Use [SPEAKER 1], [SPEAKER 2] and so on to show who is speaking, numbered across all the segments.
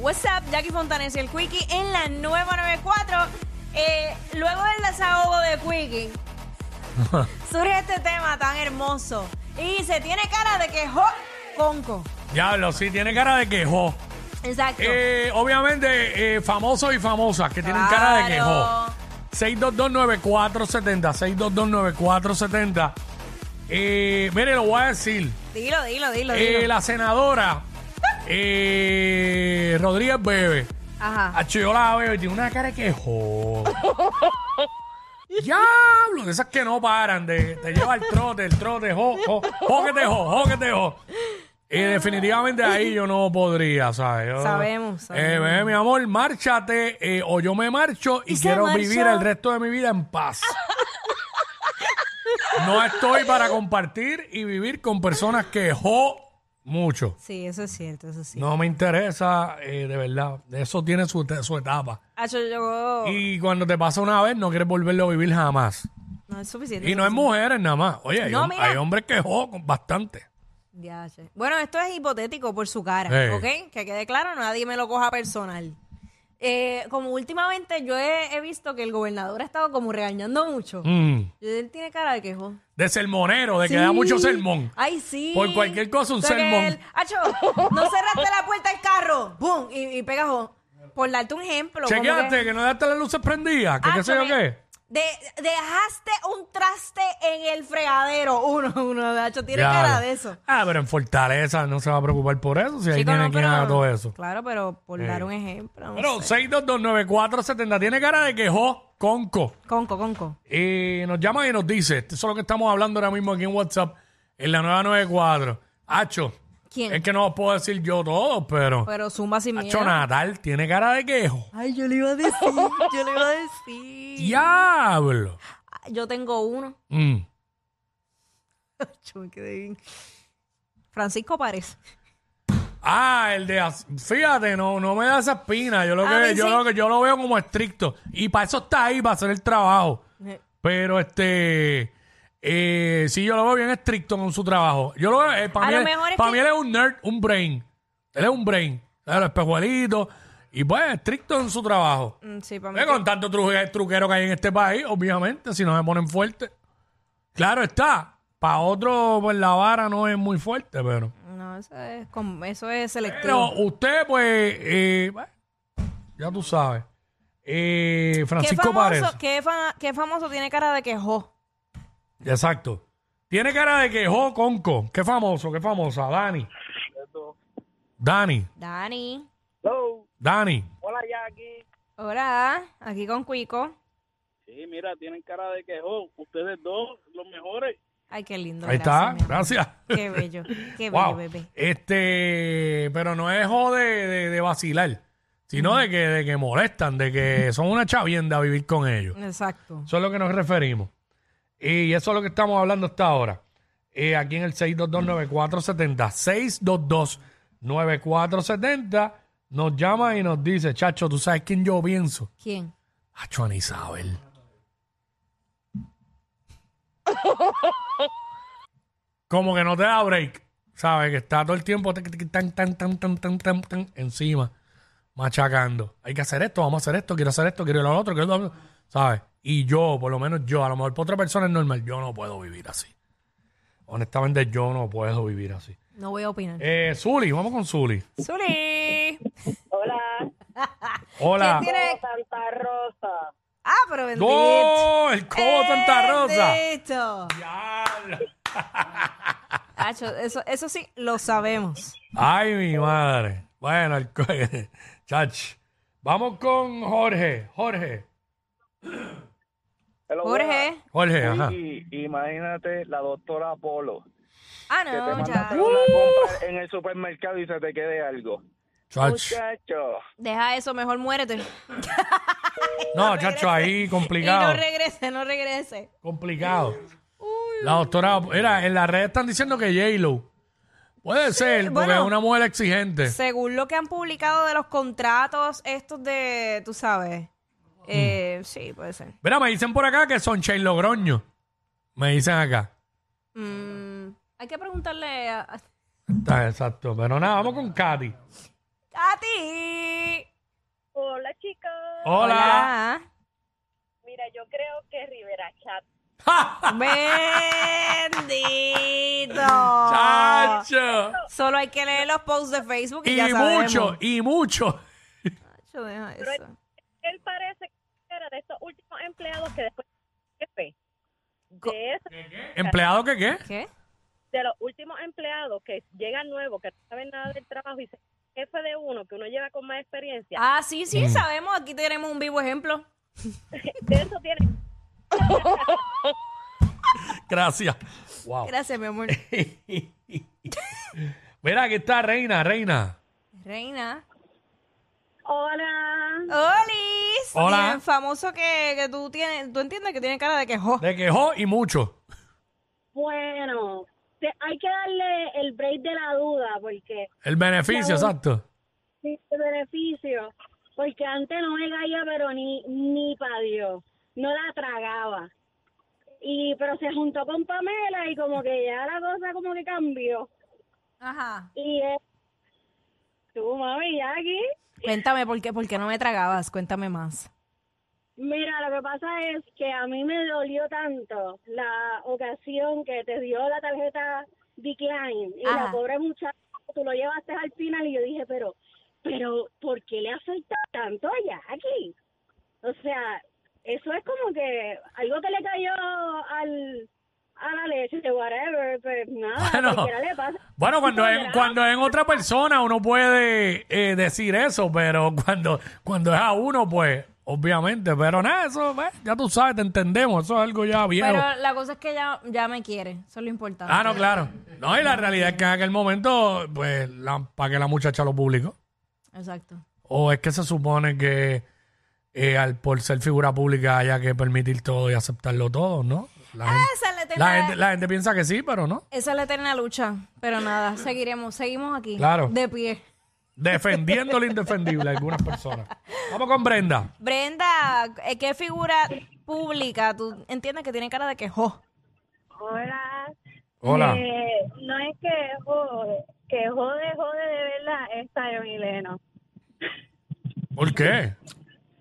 [SPEAKER 1] WhatsApp, Jackie Fontanes y el Quickie en la 994. Eh, luego del desahogo de Quickie, surge este tema tan hermoso. Y se tiene cara de que jo, conco.
[SPEAKER 2] Diablo, sí, tiene cara de quejo.
[SPEAKER 1] Exacto.
[SPEAKER 2] Eh, obviamente, eh, famosos y famosas que tienen
[SPEAKER 1] Claro.
[SPEAKER 2] cara de quejo. 6229470, 6229470. Eh, mire, lo voy a decir.
[SPEAKER 1] Dilo, dilo, dilo.
[SPEAKER 2] Eh,
[SPEAKER 1] dilo.
[SPEAKER 2] la senadora eh, Rodríguez Bebe.
[SPEAKER 1] Ajá.
[SPEAKER 2] Acho, yo la veo y tiene una cara de quejo. Diablo, de esas que no paran, de, te lleva el trote, el trote, jo, jo, jo que te jo, jo que te jo. Y
[SPEAKER 1] Ah.
[SPEAKER 2] definitivamente ahí yo no podría, ¿sabes? Yo-
[SPEAKER 1] Sabemos,
[SPEAKER 2] Eh,
[SPEAKER 1] sabemos.
[SPEAKER 2] bebé, mi amor, márchate eh, o yo me marcho y,
[SPEAKER 1] Y se
[SPEAKER 2] quiero
[SPEAKER 1] marchó.
[SPEAKER 2] vivir el resto de mi vida en paz. no estoy para compartir y vivir con personas que jo mucho.
[SPEAKER 1] Sí, eso es cierto, eso es cierto.
[SPEAKER 2] No me interesa, eh, de verdad. Eso tiene su, su etapa.
[SPEAKER 1] Acho, yo-
[SPEAKER 2] Y cuando te pasa una vez, no quieres volverlo a vivir jamás.
[SPEAKER 1] no es suficiente.
[SPEAKER 2] Y no es mujeres nada más. Oye, hay,
[SPEAKER 1] No,
[SPEAKER 2] hom-
[SPEAKER 1] mira.
[SPEAKER 2] hay hombres que jodan bastante.
[SPEAKER 1] Diache. Bueno, esto es hipotético por su cara,
[SPEAKER 2] Hey.
[SPEAKER 1] ¿ok? Que quede claro, nadie me lo coja personal. Eh, como últimamente yo he, he visto que el gobernador ha estado como regañando mucho.
[SPEAKER 2] Mm.
[SPEAKER 1] Él tiene cara de quejo.
[SPEAKER 2] De sermonero, de que da mucho sermón.
[SPEAKER 1] Ay, sí.
[SPEAKER 2] Por cualquier cosa, un
[SPEAKER 1] O sea que
[SPEAKER 2] sermón.
[SPEAKER 1] él, "Acho, no cerraste la puerta del carro. ¡Bum! Y, y pegajo. Por darte un ejemplo. como Ah,
[SPEAKER 2] Chequeate, que... no dejaste las luces prendidas, que qué sé yo
[SPEAKER 1] "Acho, me-
[SPEAKER 2] qué.
[SPEAKER 1] de- dejaste un traste en el fregadero. Uno, uno, de hecho, tiene
[SPEAKER 2] Ya,
[SPEAKER 1] cara
[SPEAKER 2] lo-
[SPEAKER 1] de eso.
[SPEAKER 2] Ah, pero en Fortaleza no se va a preocupar por eso, si ahí
[SPEAKER 1] Chico,
[SPEAKER 2] tiene
[SPEAKER 1] no,
[SPEAKER 2] quien
[SPEAKER 1] pero-
[SPEAKER 2] haga todo eso.
[SPEAKER 1] Claro, pero por dar un ejemplo. no
[SPEAKER 2] Bueno,
[SPEAKER 1] sé.
[SPEAKER 2] 6229470, tiene cara de quejó, conco.
[SPEAKER 1] Conco, conco.
[SPEAKER 2] Y nos llama y nos dice, esto es lo que estamos hablando ahora mismo aquí en WhatsApp, en la 994. Hacho,
[SPEAKER 1] ¿Quién? Pues,
[SPEAKER 2] es que no os puedo decir yo todo, pero...
[SPEAKER 1] Pero zumba sin miedo.
[SPEAKER 2] Hacho Natal tiene cara de quejo.
[SPEAKER 1] Ay, yo le iba a decir, yo le iba a decir.
[SPEAKER 2] Diablo.
[SPEAKER 1] Ah, Yo tengo uno.
[SPEAKER 2] Mm.
[SPEAKER 1] Yo me quedé bien. Francisco Párez.
[SPEAKER 2] Ah, el de... as- Fíjate, no, no me da esa espina. Yo lo,
[SPEAKER 1] A
[SPEAKER 2] que,
[SPEAKER 1] mí
[SPEAKER 2] yo,
[SPEAKER 1] sí.
[SPEAKER 2] lo que, yo lo veo como estricto. Y para eso está ahí, para hacer el trabajo. Pero este... Eh, sí, yo lo veo bien estricto con su trabajo. Yo lo veo... eh, para
[SPEAKER 1] A
[SPEAKER 2] mí,
[SPEAKER 1] lo
[SPEAKER 2] él-
[SPEAKER 1] mejor es
[SPEAKER 2] para
[SPEAKER 1] que-
[SPEAKER 2] mí él es un nerd, un brain. Él es un brain. Claro, espejuelito. Y pues, estricto en su trabajo.
[SPEAKER 1] Mm, Sí, para mí.
[SPEAKER 2] Eh, con tanto truje- truquero que hay en este país, obviamente, si no se ponen fuertes. Claro está, para otro, pues la vara no es muy fuerte, pero.
[SPEAKER 1] No, eso es, con- eso es selectivo.
[SPEAKER 2] Pero usted, pues, eh, bueno, ya tú sabes. Eh,
[SPEAKER 1] ¿Qué,
[SPEAKER 2] Francisco Párez.
[SPEAKER 1] famoso, qué, fa- qué famoso tiene cara de quejo?
[SPEAKER 2] Exacto. Tiene cara de quejó, Conco. Qué famoso, qué famosa. Dani. Dani,
[SPEAKER 1] Dani.
[SPEAKER 3] Hello.
[SPEAKER 2] Dani.
[SPEAKER 3] Hola, Jackie.
[SPEAKER 1] Hola, aquí con Cuico.
[SPEAKER 3] Sí, mira, tienen cara de quejo. Ustedes dos, los mejores.
[SPEAKER 1] Ay, qué lindo.
[SPEAKER 2] Ahí
[SPEAKER 1] gracias,
[SPEAKER 2] está,
[SPEAKER 1] mi amor.
[SPEAKER 2] gracias.
[SPEAKER 1] Qué bello, qué bello,
[SPEAKER 2] Wow.
[SPEAKER 1] bebé.
[SPEAKER 2] Este, pero no es jode de, de, vacilar, sino de, que, de que molestan, de que son una chavienda vivir con ellos.
[SPEAKER 1] Exacto.
[SPEAKER 2] Eso es lo que nos referimos. Y eso es lo que estamos hablando hasta ahora. Eh, aquí en el 6229470, 6229470, nos llama y nos dice, chacho, ¿tú sabes quién yo pienso?
[SPEAKER 1] ¿Quién?
[SPEAKER 2] Hacho Ana Isabel. Como que no te da break, ¿sabes? Que está todo el tiempo tic, tic, tan, tan, tan, tan, tan, tan, tan, encima, machacando. Hay que hacer esto, vamos a hacer esto, quiero hacer esto, quiero ir lo otro, quiero lo otro, ¿sabes? Y yo, por lo menos yo, a lo mejor para otra persona es normal, yo no puedo vivir así. Honestamente, yo no puedo vivir así.
[SPEAKER 1] No voy a opinar.
[SPEAKER 2] Eh, uh, Zuli, vamos con Zuli.
[SPEAKER 1] Zuli.
[SPEAKER 3] Hola,
[SPEAKER 2] Hola.
[SPEAKER 1] ¿Quién tiene?
[SPEAKER 3] Santa Rosa.
[SPEAKER 1] Ah, pero bendito.
[SPEAKER 2] ¡No! ¡El Cobo
[SPEAKER 1] Eh,
[SPEAKER 2] Santa Rosa!
[SPEAKER 1] Bendito.
[SPEAKER 2] ¡Diablo!
[SPEAKER 1] Acho, eso, eso sí, lo sabemos.
[SPEAKER 2] Ay, mi madre. Bueno, el co- chach. Vamos con Jorge. Jorge.
[SPEAKER 1] Jorge.
[SPEAKER 2] Jorge, ajá.
[SPEAKER 3] imagínate la doctora Polo
[SPEAKER 1] Ah,
[SPEAKER 3] que te
[SPEAKER 1] no,
[SPEAKER 3] manda a
[SPEAKER 1] ya.
[SPEAKER 3] hacer una compra en el supermercado y se te quede algo.
[SPEAKER 2] Chach.
[SPEAKER 3] Muchacho,
[SPEAKER 1] Deja eso, mejor muérete.
[SPEAKER 2] No, chacho, ahí
[SPEAKER 1] Y no
[SPEAKER 2] complicado.
[SPEAKER 1] regrese, no regrese.
[SPEAKER 2] Complicado. La doctora, era, en la red están diciendo que J-Lo. Puede ser, porque
[SPEAKER 1] bueno.
[SPEAKER 2] es una mujer exigente.
[SPEAKER 1] Según lo que han publicado de los contratos estos de, tú sabes.
[SPEAKER 2] Mm.
[SPEAKER 1] Eh, Sí, puede ser.
[SPEAKER 2] Mira, me dicen por acá que son Chey Logroño. Me dicen acá.
[SPEAKER 1] Mm, hay que preguntarle a... a-
[SPEAKER 2] Está exacto. Pero nada, vamos con Katy.
[SPEAKER 1] Ah, Katy.
[SPEAKER 4] Hola chicos.
[SPEAKER 2] Hola.
[SPEAKER 4] Mira, yo creo que Rivera Chat.
[SPEAKER 1] Bendito.
[SPEAKER 2] ¡Chacho!
[SPEAKER 1] Solo hay que leer los posts de Facebook y,
[SPEAKER 2] Y
[SPEAKER 1] Ah. ya sabemos.
[SPEAKER 2] mucho, y mucho.
[SPEAKER 1] Chacho, deja eso.
[SPEAKER 4] Él parece que era de estos últimos empleados que después jefe. De, ese-
[SPEAKER 2] ¿Empleado que qué?
[SPEAKER 1] ¿Qué?
[SPEAKER 4] de los últimos empleados que llegan nuevos, que no saben nada del trabajo y se jefe de uno que uno lleva con más experiencia.
[SPEAKER 1] Ah, sí,
[SPEAKER 2] Mm.
[SPEAKER 1] sí, sabemos. Aquí tenemos un vivo ejemplo.
[SPEAKER 4] De eso tiene
[SPEAKER 2] Gracias. Wow.
[SPEAKER 1] Gracias, mi amor.
[SPEAKER 2] Mira, aquí está Reina, Reina.
[SPEAKER 1] Reina.
[SPEAKER 4] Hola.
[SPEAKER 1] ¡Olis!
[SPEAKER 2] Hola.
[SPEAKER 1] Y el famoso que, que tú tienes, tú entiendes que tiene cara de que jo.
[SPEAKER 2] De quejó y mucho.
[SPEAKER 4] Bueno, te- hay que darle el break de la duda porque
[SPEAKER 2] El beneficio, exacto.
[SPEAKER 4] sí, el beneficio, porque antes no me caía pero ni ni para Dios, no la tragaba. Y pero se juntó con Pamela y como que ya la cosa como que cambió.
[SPEAKER 1] Ajá.
[SPEAKER 4] Y eh, tú mami ya aquí.
[SPEAKER 1] Cuéntame por qué, por qué no me tragabas. Cuéntame más.
[SPEAKER 4] Mira, lo que pasa es que a mí me dolió tanto la ocasión que te dio la tarjeta Decline y
[SPEAKER 1] Ajá.
[SPEAKER 4] la pobre muchacha, tú lo llevaste al final y yo dije, pero, pero, ¿por qué le afecta tanto a Jackie? O sea, eso es como que algo que le cayó al, a la leche, whatever, pues nada,
[SPEAKER 2] Bueno.
[SPEAKER 4] cualquiera le pasa.
[SPEAKER 2] Bueno, cuando es,
[SPEAKER 4] Pero-
[SPEAKER 2] cuando es en otra persona uno puede eh, decir eso, pero cuando, cuando es a uno, pues, obviamente. Pero nada, eso, eh, ya tú sabes, te entendemos. Eso es algo ya viejo.
[SPEAKER 1] Pero la cosa es que ya, ya me quiere. Eso es lo importante.
[SPEAKER 2] Ah, no, claro. No, y la realidad es que en aquel momento, pues, para que la muchacha lo publicó.
[SPEAKER 1] Exacto.
[SPEAKER 2] O es que se supone que eh, al por ser figura pública haya que permitir todo y aceptarlo todo, ¿no? La, gente,
[SPEAKER 1] Ah, Esa es la
[SPEAKER 2] la
[SPEAKER 1] eterna,
[SPEAKER 2] gente- la gente piensa que sí, pero no.
[SPEAKER 1] esa es la eterna lucha. Pero nada, seguiremos, seguimos aquí.
[SPEAKER 2] Claro.
[SPEAKER 1] De pie.
[SPEAKER 2] Defendiendo lo indefendible a algunas personas. Vamos con Brenda.
[SPEAKER 1] Brenda, eh, ¿qué figura pública tú entiendes que tiene cara de que jo?
[SPEAKER 4] Hola.
[SPEAKER 2] Hola.
[SPEAKER 4] Eh, no es que jode, que jode, jode de verdad esta de Mileno.
[SPEAKER 2] ¿Por qué?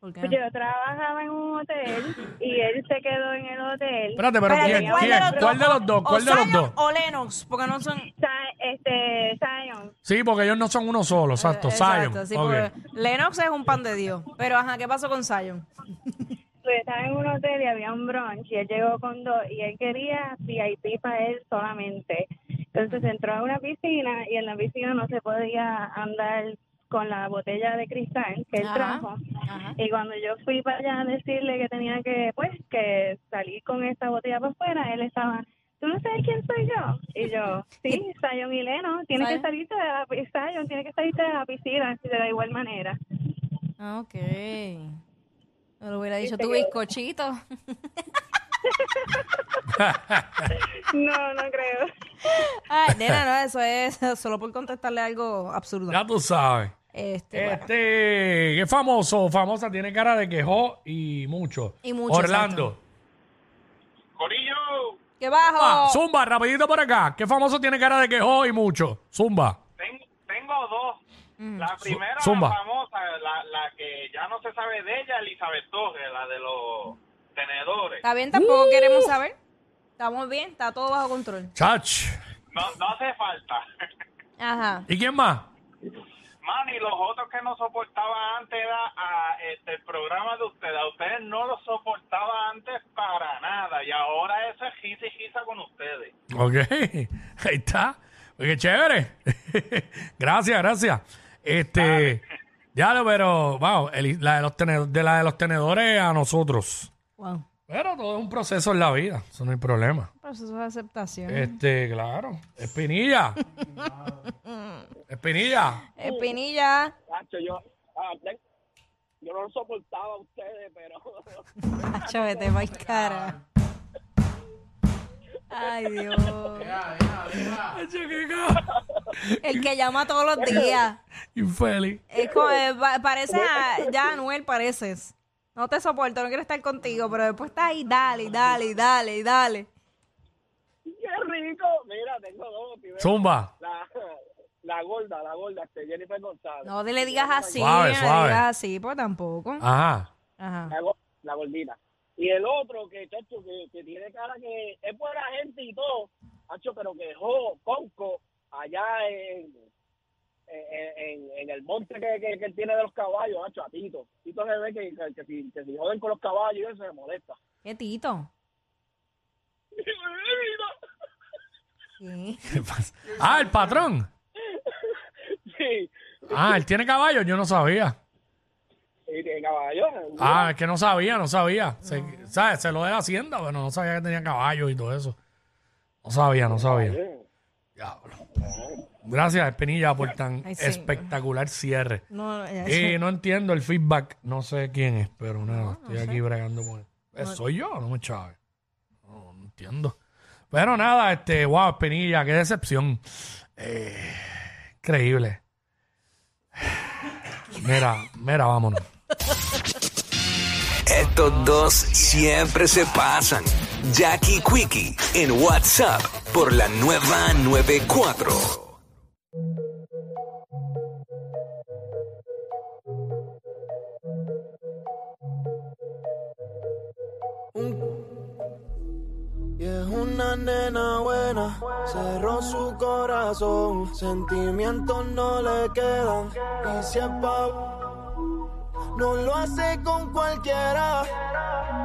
[SPEAKER 1] ¿Por qué no?
[SPEAKER 4] Yo trabajaba en un hotel y él se quedó en el hotel.
[SPEAKER 2] Espérate, pero
[SPEAKER 1] Espérate,
[SPEAKER 2] ¿quién?
[SPEAKER 1] ¿cuál de los
[SPEAKER 2] ¿Quién?
[SPEAKER 1] dos?
[SPEAKER 2] ¿Cuál de los dos?
[SPEAKER 1] O
[SPEAKER 2] ¿Cuál de los
[SPEAKER 1] Zion
[SPEAKER 2] dos?
[SPEAKER 1] O Lennox, porque no son.
[SPEAKER 4] Sa- este, Zion.
[SPEAKER 2] Sí, porque ellos no son uno solo, exacto.
[SPEAKER 1] eh, Exacto,
[SPEAKER 2] Zion.
[SPEAKER 1] sí,
[SPEAKER 2] Ok.
[SPEAKER 1] porque Lennox es un pan de Dios. Pero, ajá, ¿qué pasó con Zion?
[SPEAKER 4] Pues estaba en un hotel y había un brunch y él llegó con dos y él quería VIP para él solamente. Entonces entró a una piscina y en la piscina no se podía andar con la botella de cristal que él
[SPEAKER 1] Ajá.
[SPEAKER 4] trajo.
[SPEAKER 1] Ajá.
[SPEAKER 4] Y cuando yo fui para allá a decirle que tenía que, pues, que salir con esta botella para afuera, él estaba, ¿tú no sabes quién soy yo? Y yo, sí, Sayon y Leno, tienes
[SPEAKER 1] Zion.
[SPEAKER 4] que salirte de la piscina, tienes que salirte de la piscina, de la igual manera.
[SPEAKER 1] Ah, Ok. No lo hubiera dicho tu bizcochito.
[SPEAKER 4] No, no creo.
[SPEAKER 1] Ay, nena, no, eso es solo por contestarle algo absurdo.
[SPEAKER 2] Ya tú sabes.
[SPEAKER 1] Este, bueno.
[SPEAKER 2] Este, qué famoso, famosa, tiene cara de quejó y mucho.
[SPEAKER 1] Y mucho,
[SPEAKER 2] Orlando.
[SPEAKER 3] Corillo,
[SPEAKER 1] ¡Qué
[SPEAKER 2] Ah,
[SPEAKER 1] bajo!
[SPEAKER 2] Zumba, rapidito por acá. ¿Qué famoso tiene cara de quejó y mucho? Zumba.
[SPEAKER 3] ten- tengo dos. La primera,
[SPEAKER 2] Zumba.
[SPEAKER 3] la famosa, la, la que ya no se sabe de ella, Elizabeth Torres, la de los tenedores.
[SPEAKER 1] Está bien,
[SPEAKER 2] Uh.
[SPEAKER 1] tampoco queremos saber. Estamos bien, está todo bajo control.
[SPEAKER 2] Chach.
[SPEAKER 3] No, no hace falta.
[SPEAKER 1] Ajá.
[SPEAKER 2] ¿Y quién más?
[SPEAKER 3] Man, y los otros que no soportaba antes era a, este, el programa de ustedes. A ustedes no lo soportaba antes para nada. Y ahora eso es gisa y gisa con ustedes.
[SPEAKER 2] Ok. Ahí está. Oye, Qué chévere. gracias, gracias. Este, ya lo, pero, wow, el- la de, los tened- de la de los tenedores a nosotros.
[SPEAKER 1] Wow.
[SPEAKER 2] Pero todo es un proceso en la vida, eso no hay problema.
[SPEAKER 1] Proceso de aceptación.
[SPEAKER 2] Este, claro. Espinilla. Espinilla.
[SPEAKER 1] Espinilla.
[SPEAKER 3] Nacho, yo, ah, yo no lo soportaba a ustedes, pero...
[SPEAKER 1] Hacho, vete pa'l cara. Ay, Dios. El que llama todos los días.
[SPEAKER 2] Infeliz.
[SPEAKER 1] Es como, eh, pa- pareces a- ya, Anuel, pareces. No te soporto, no quiero estar contigo, pero después estás ahí, dale, dale, dale, dale.
[SPEAKER 3] ¡Qué rico! Mira, tengo dos. primero,
[SPEAKER 2] Zumba.
[SPEAKER 3] La,
[SPEAKER 5] la gorda, la gorda, este, Jennifer González.
[SPEAKER 1] No le digas así,
[SPEAKER 2] Suave,
[SPEAKER 1] no
[SPEAKER 2] suave.
[SPEAKER 1] le digas así, pues tampoco.
[SPEAKER 2] Ajá.
[SPEAKER 1] Ajá.
[SPEAKER 5] La, go- la gordita. Y el otro que, chacho, que, que tiene cara que es buena gente y todo, chacho, pero que dejó Conco allá en, en, en- en el monte que, que, que él tiene de los caballos, chacho, a Tito. Tito se ve que, que, que si, que si joden con los caballos y eso se molesta.
[SPEAKER 1] ¿Qué tito? Sí.
[SPEAKER 2] ¿Qué pasa? Ah, el patrón.
[SPEAKER 5] sí,
[SPEAKER 2] Ah, él tiene caballo, yo no sabía.
[SPEAKER 5] y tiene caballos.
[SPEAKER 2] Ah, es que no sabía, no sabía. Se, ¿Sabes? Se lo de Hacienda, pero no sabía que tenía caballo y todo eso. No sabía, no sabía. Diablo. Gracias, Espinilla, por tan
[SPEAKER 1] Ay, sí.
[SPEAKER 2] espectacular cierre.
[SPEAKER 1] No, ya-
[SPEAKER 2] Eh, no entiendo el feedback, no sé quién es, pero nada, estoy aquí bregando con él. Eh, ¿Soy yo? No me chaves. No, no entiendo. Pero nada, este, wow, Espinilla, qué decepción. Eh, increíble. Mira, mira, vámonos.
[SPEAKER 6] Estos dos siempre se pasan. Jackie Quickie en WhatsApp por la nueva 94.
[SPEAKER 7] Y es una nena buena, cerró su corazón, sentimientos no le quedan. Y si es pa' no lo hace con cualquiera.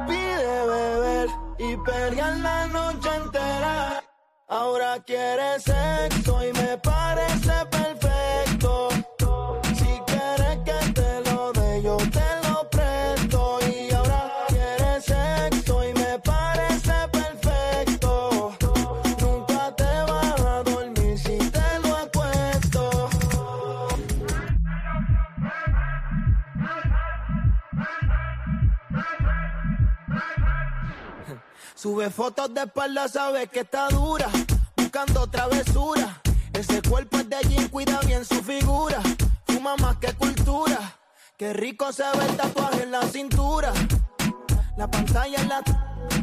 [SPEAKER 7] Pide beber y pelear la noche entera. Ahora quiere sexo y me parece perfecto. Si quieres que te lo dé, yo te lo presto. Y ahora quieres sexo y me parece perfecto. Nunca te vas a dormir si te lo acuesto. Sube fotos de espalda, sabes que está dura, buscando travesura. Ese cuerpo es de jean, cuida bien su figura. Fuma más que cultura. Qué rico se ve el tatuaje en la cintura. La pantalla en la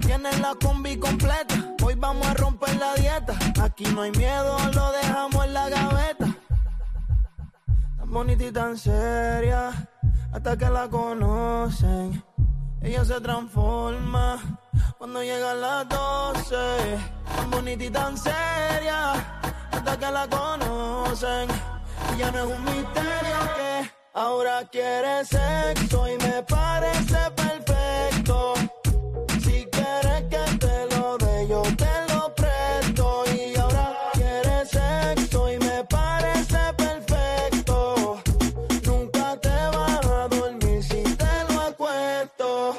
[SPEAKER 7] tienen la combi completa. Hoy vamos a romper la dieta. Aquí no hay miedo, lo dejamos en la gaveta. Tan bonita y tan seria, hasta que la conocen. Ella se transforma cuando llega a las 12. Tan bonita y tan seria, hasta que la conocen. Ella no es un misterio que ahora quiere sexo y me parece perfecto. Si quieres que te lo dé, yo te lo presto. Y ahora quieres sexo y me parece perfecto. Nunca te vas a dormir si te lo acuesto.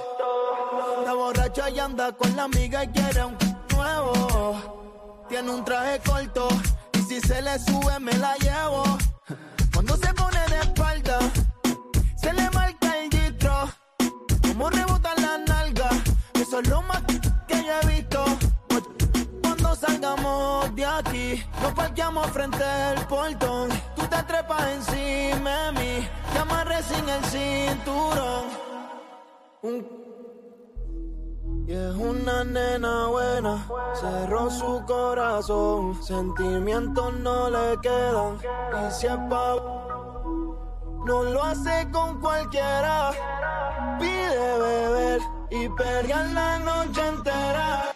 [SPEAKER 7] La borracha y anda con la amiga y quiere un nuevo. Tiene un traje corto y si se le sube me la llevo. Cuando se pone de espalda, se le marca el gistro. Como rebotan las nalgas, eso es lo más que yo he visto. Cuando salgamos de aquí, nos parqueamos frente al portón. Tú te trepas encima de mí, te amarré sin el cinturón. Un- Y es una nena buena, cerró su corazón, sentimientos no le quedan. Y si es pa' no lo hace con cualquiera pide beber y pelear la noche entera.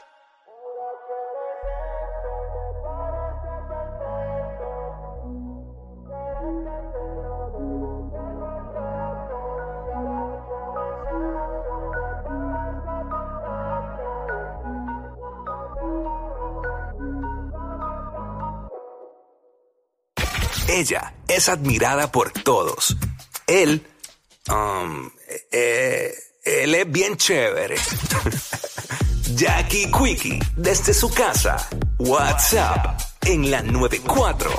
[SPEAKER 6] Ella es admirada por todos. Él, um, eh, él es bien chévere. Jackie Quickie desde su casa. WhatsApp en la 94.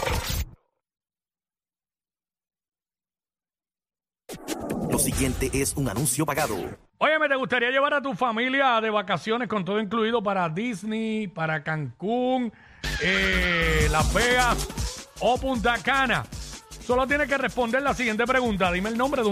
[SPEAKER 8] Lo siguiente es un anuncio pagado.
[SPEAKER 2] Oye, ¿me te gustaría llevar a tu familia de vacaciones con todo incluido para Disney, para Cancún, eh, Las Vegas o Punta Cana? Solo tienes que responder la siguiente pregunta. Dime el nombre de un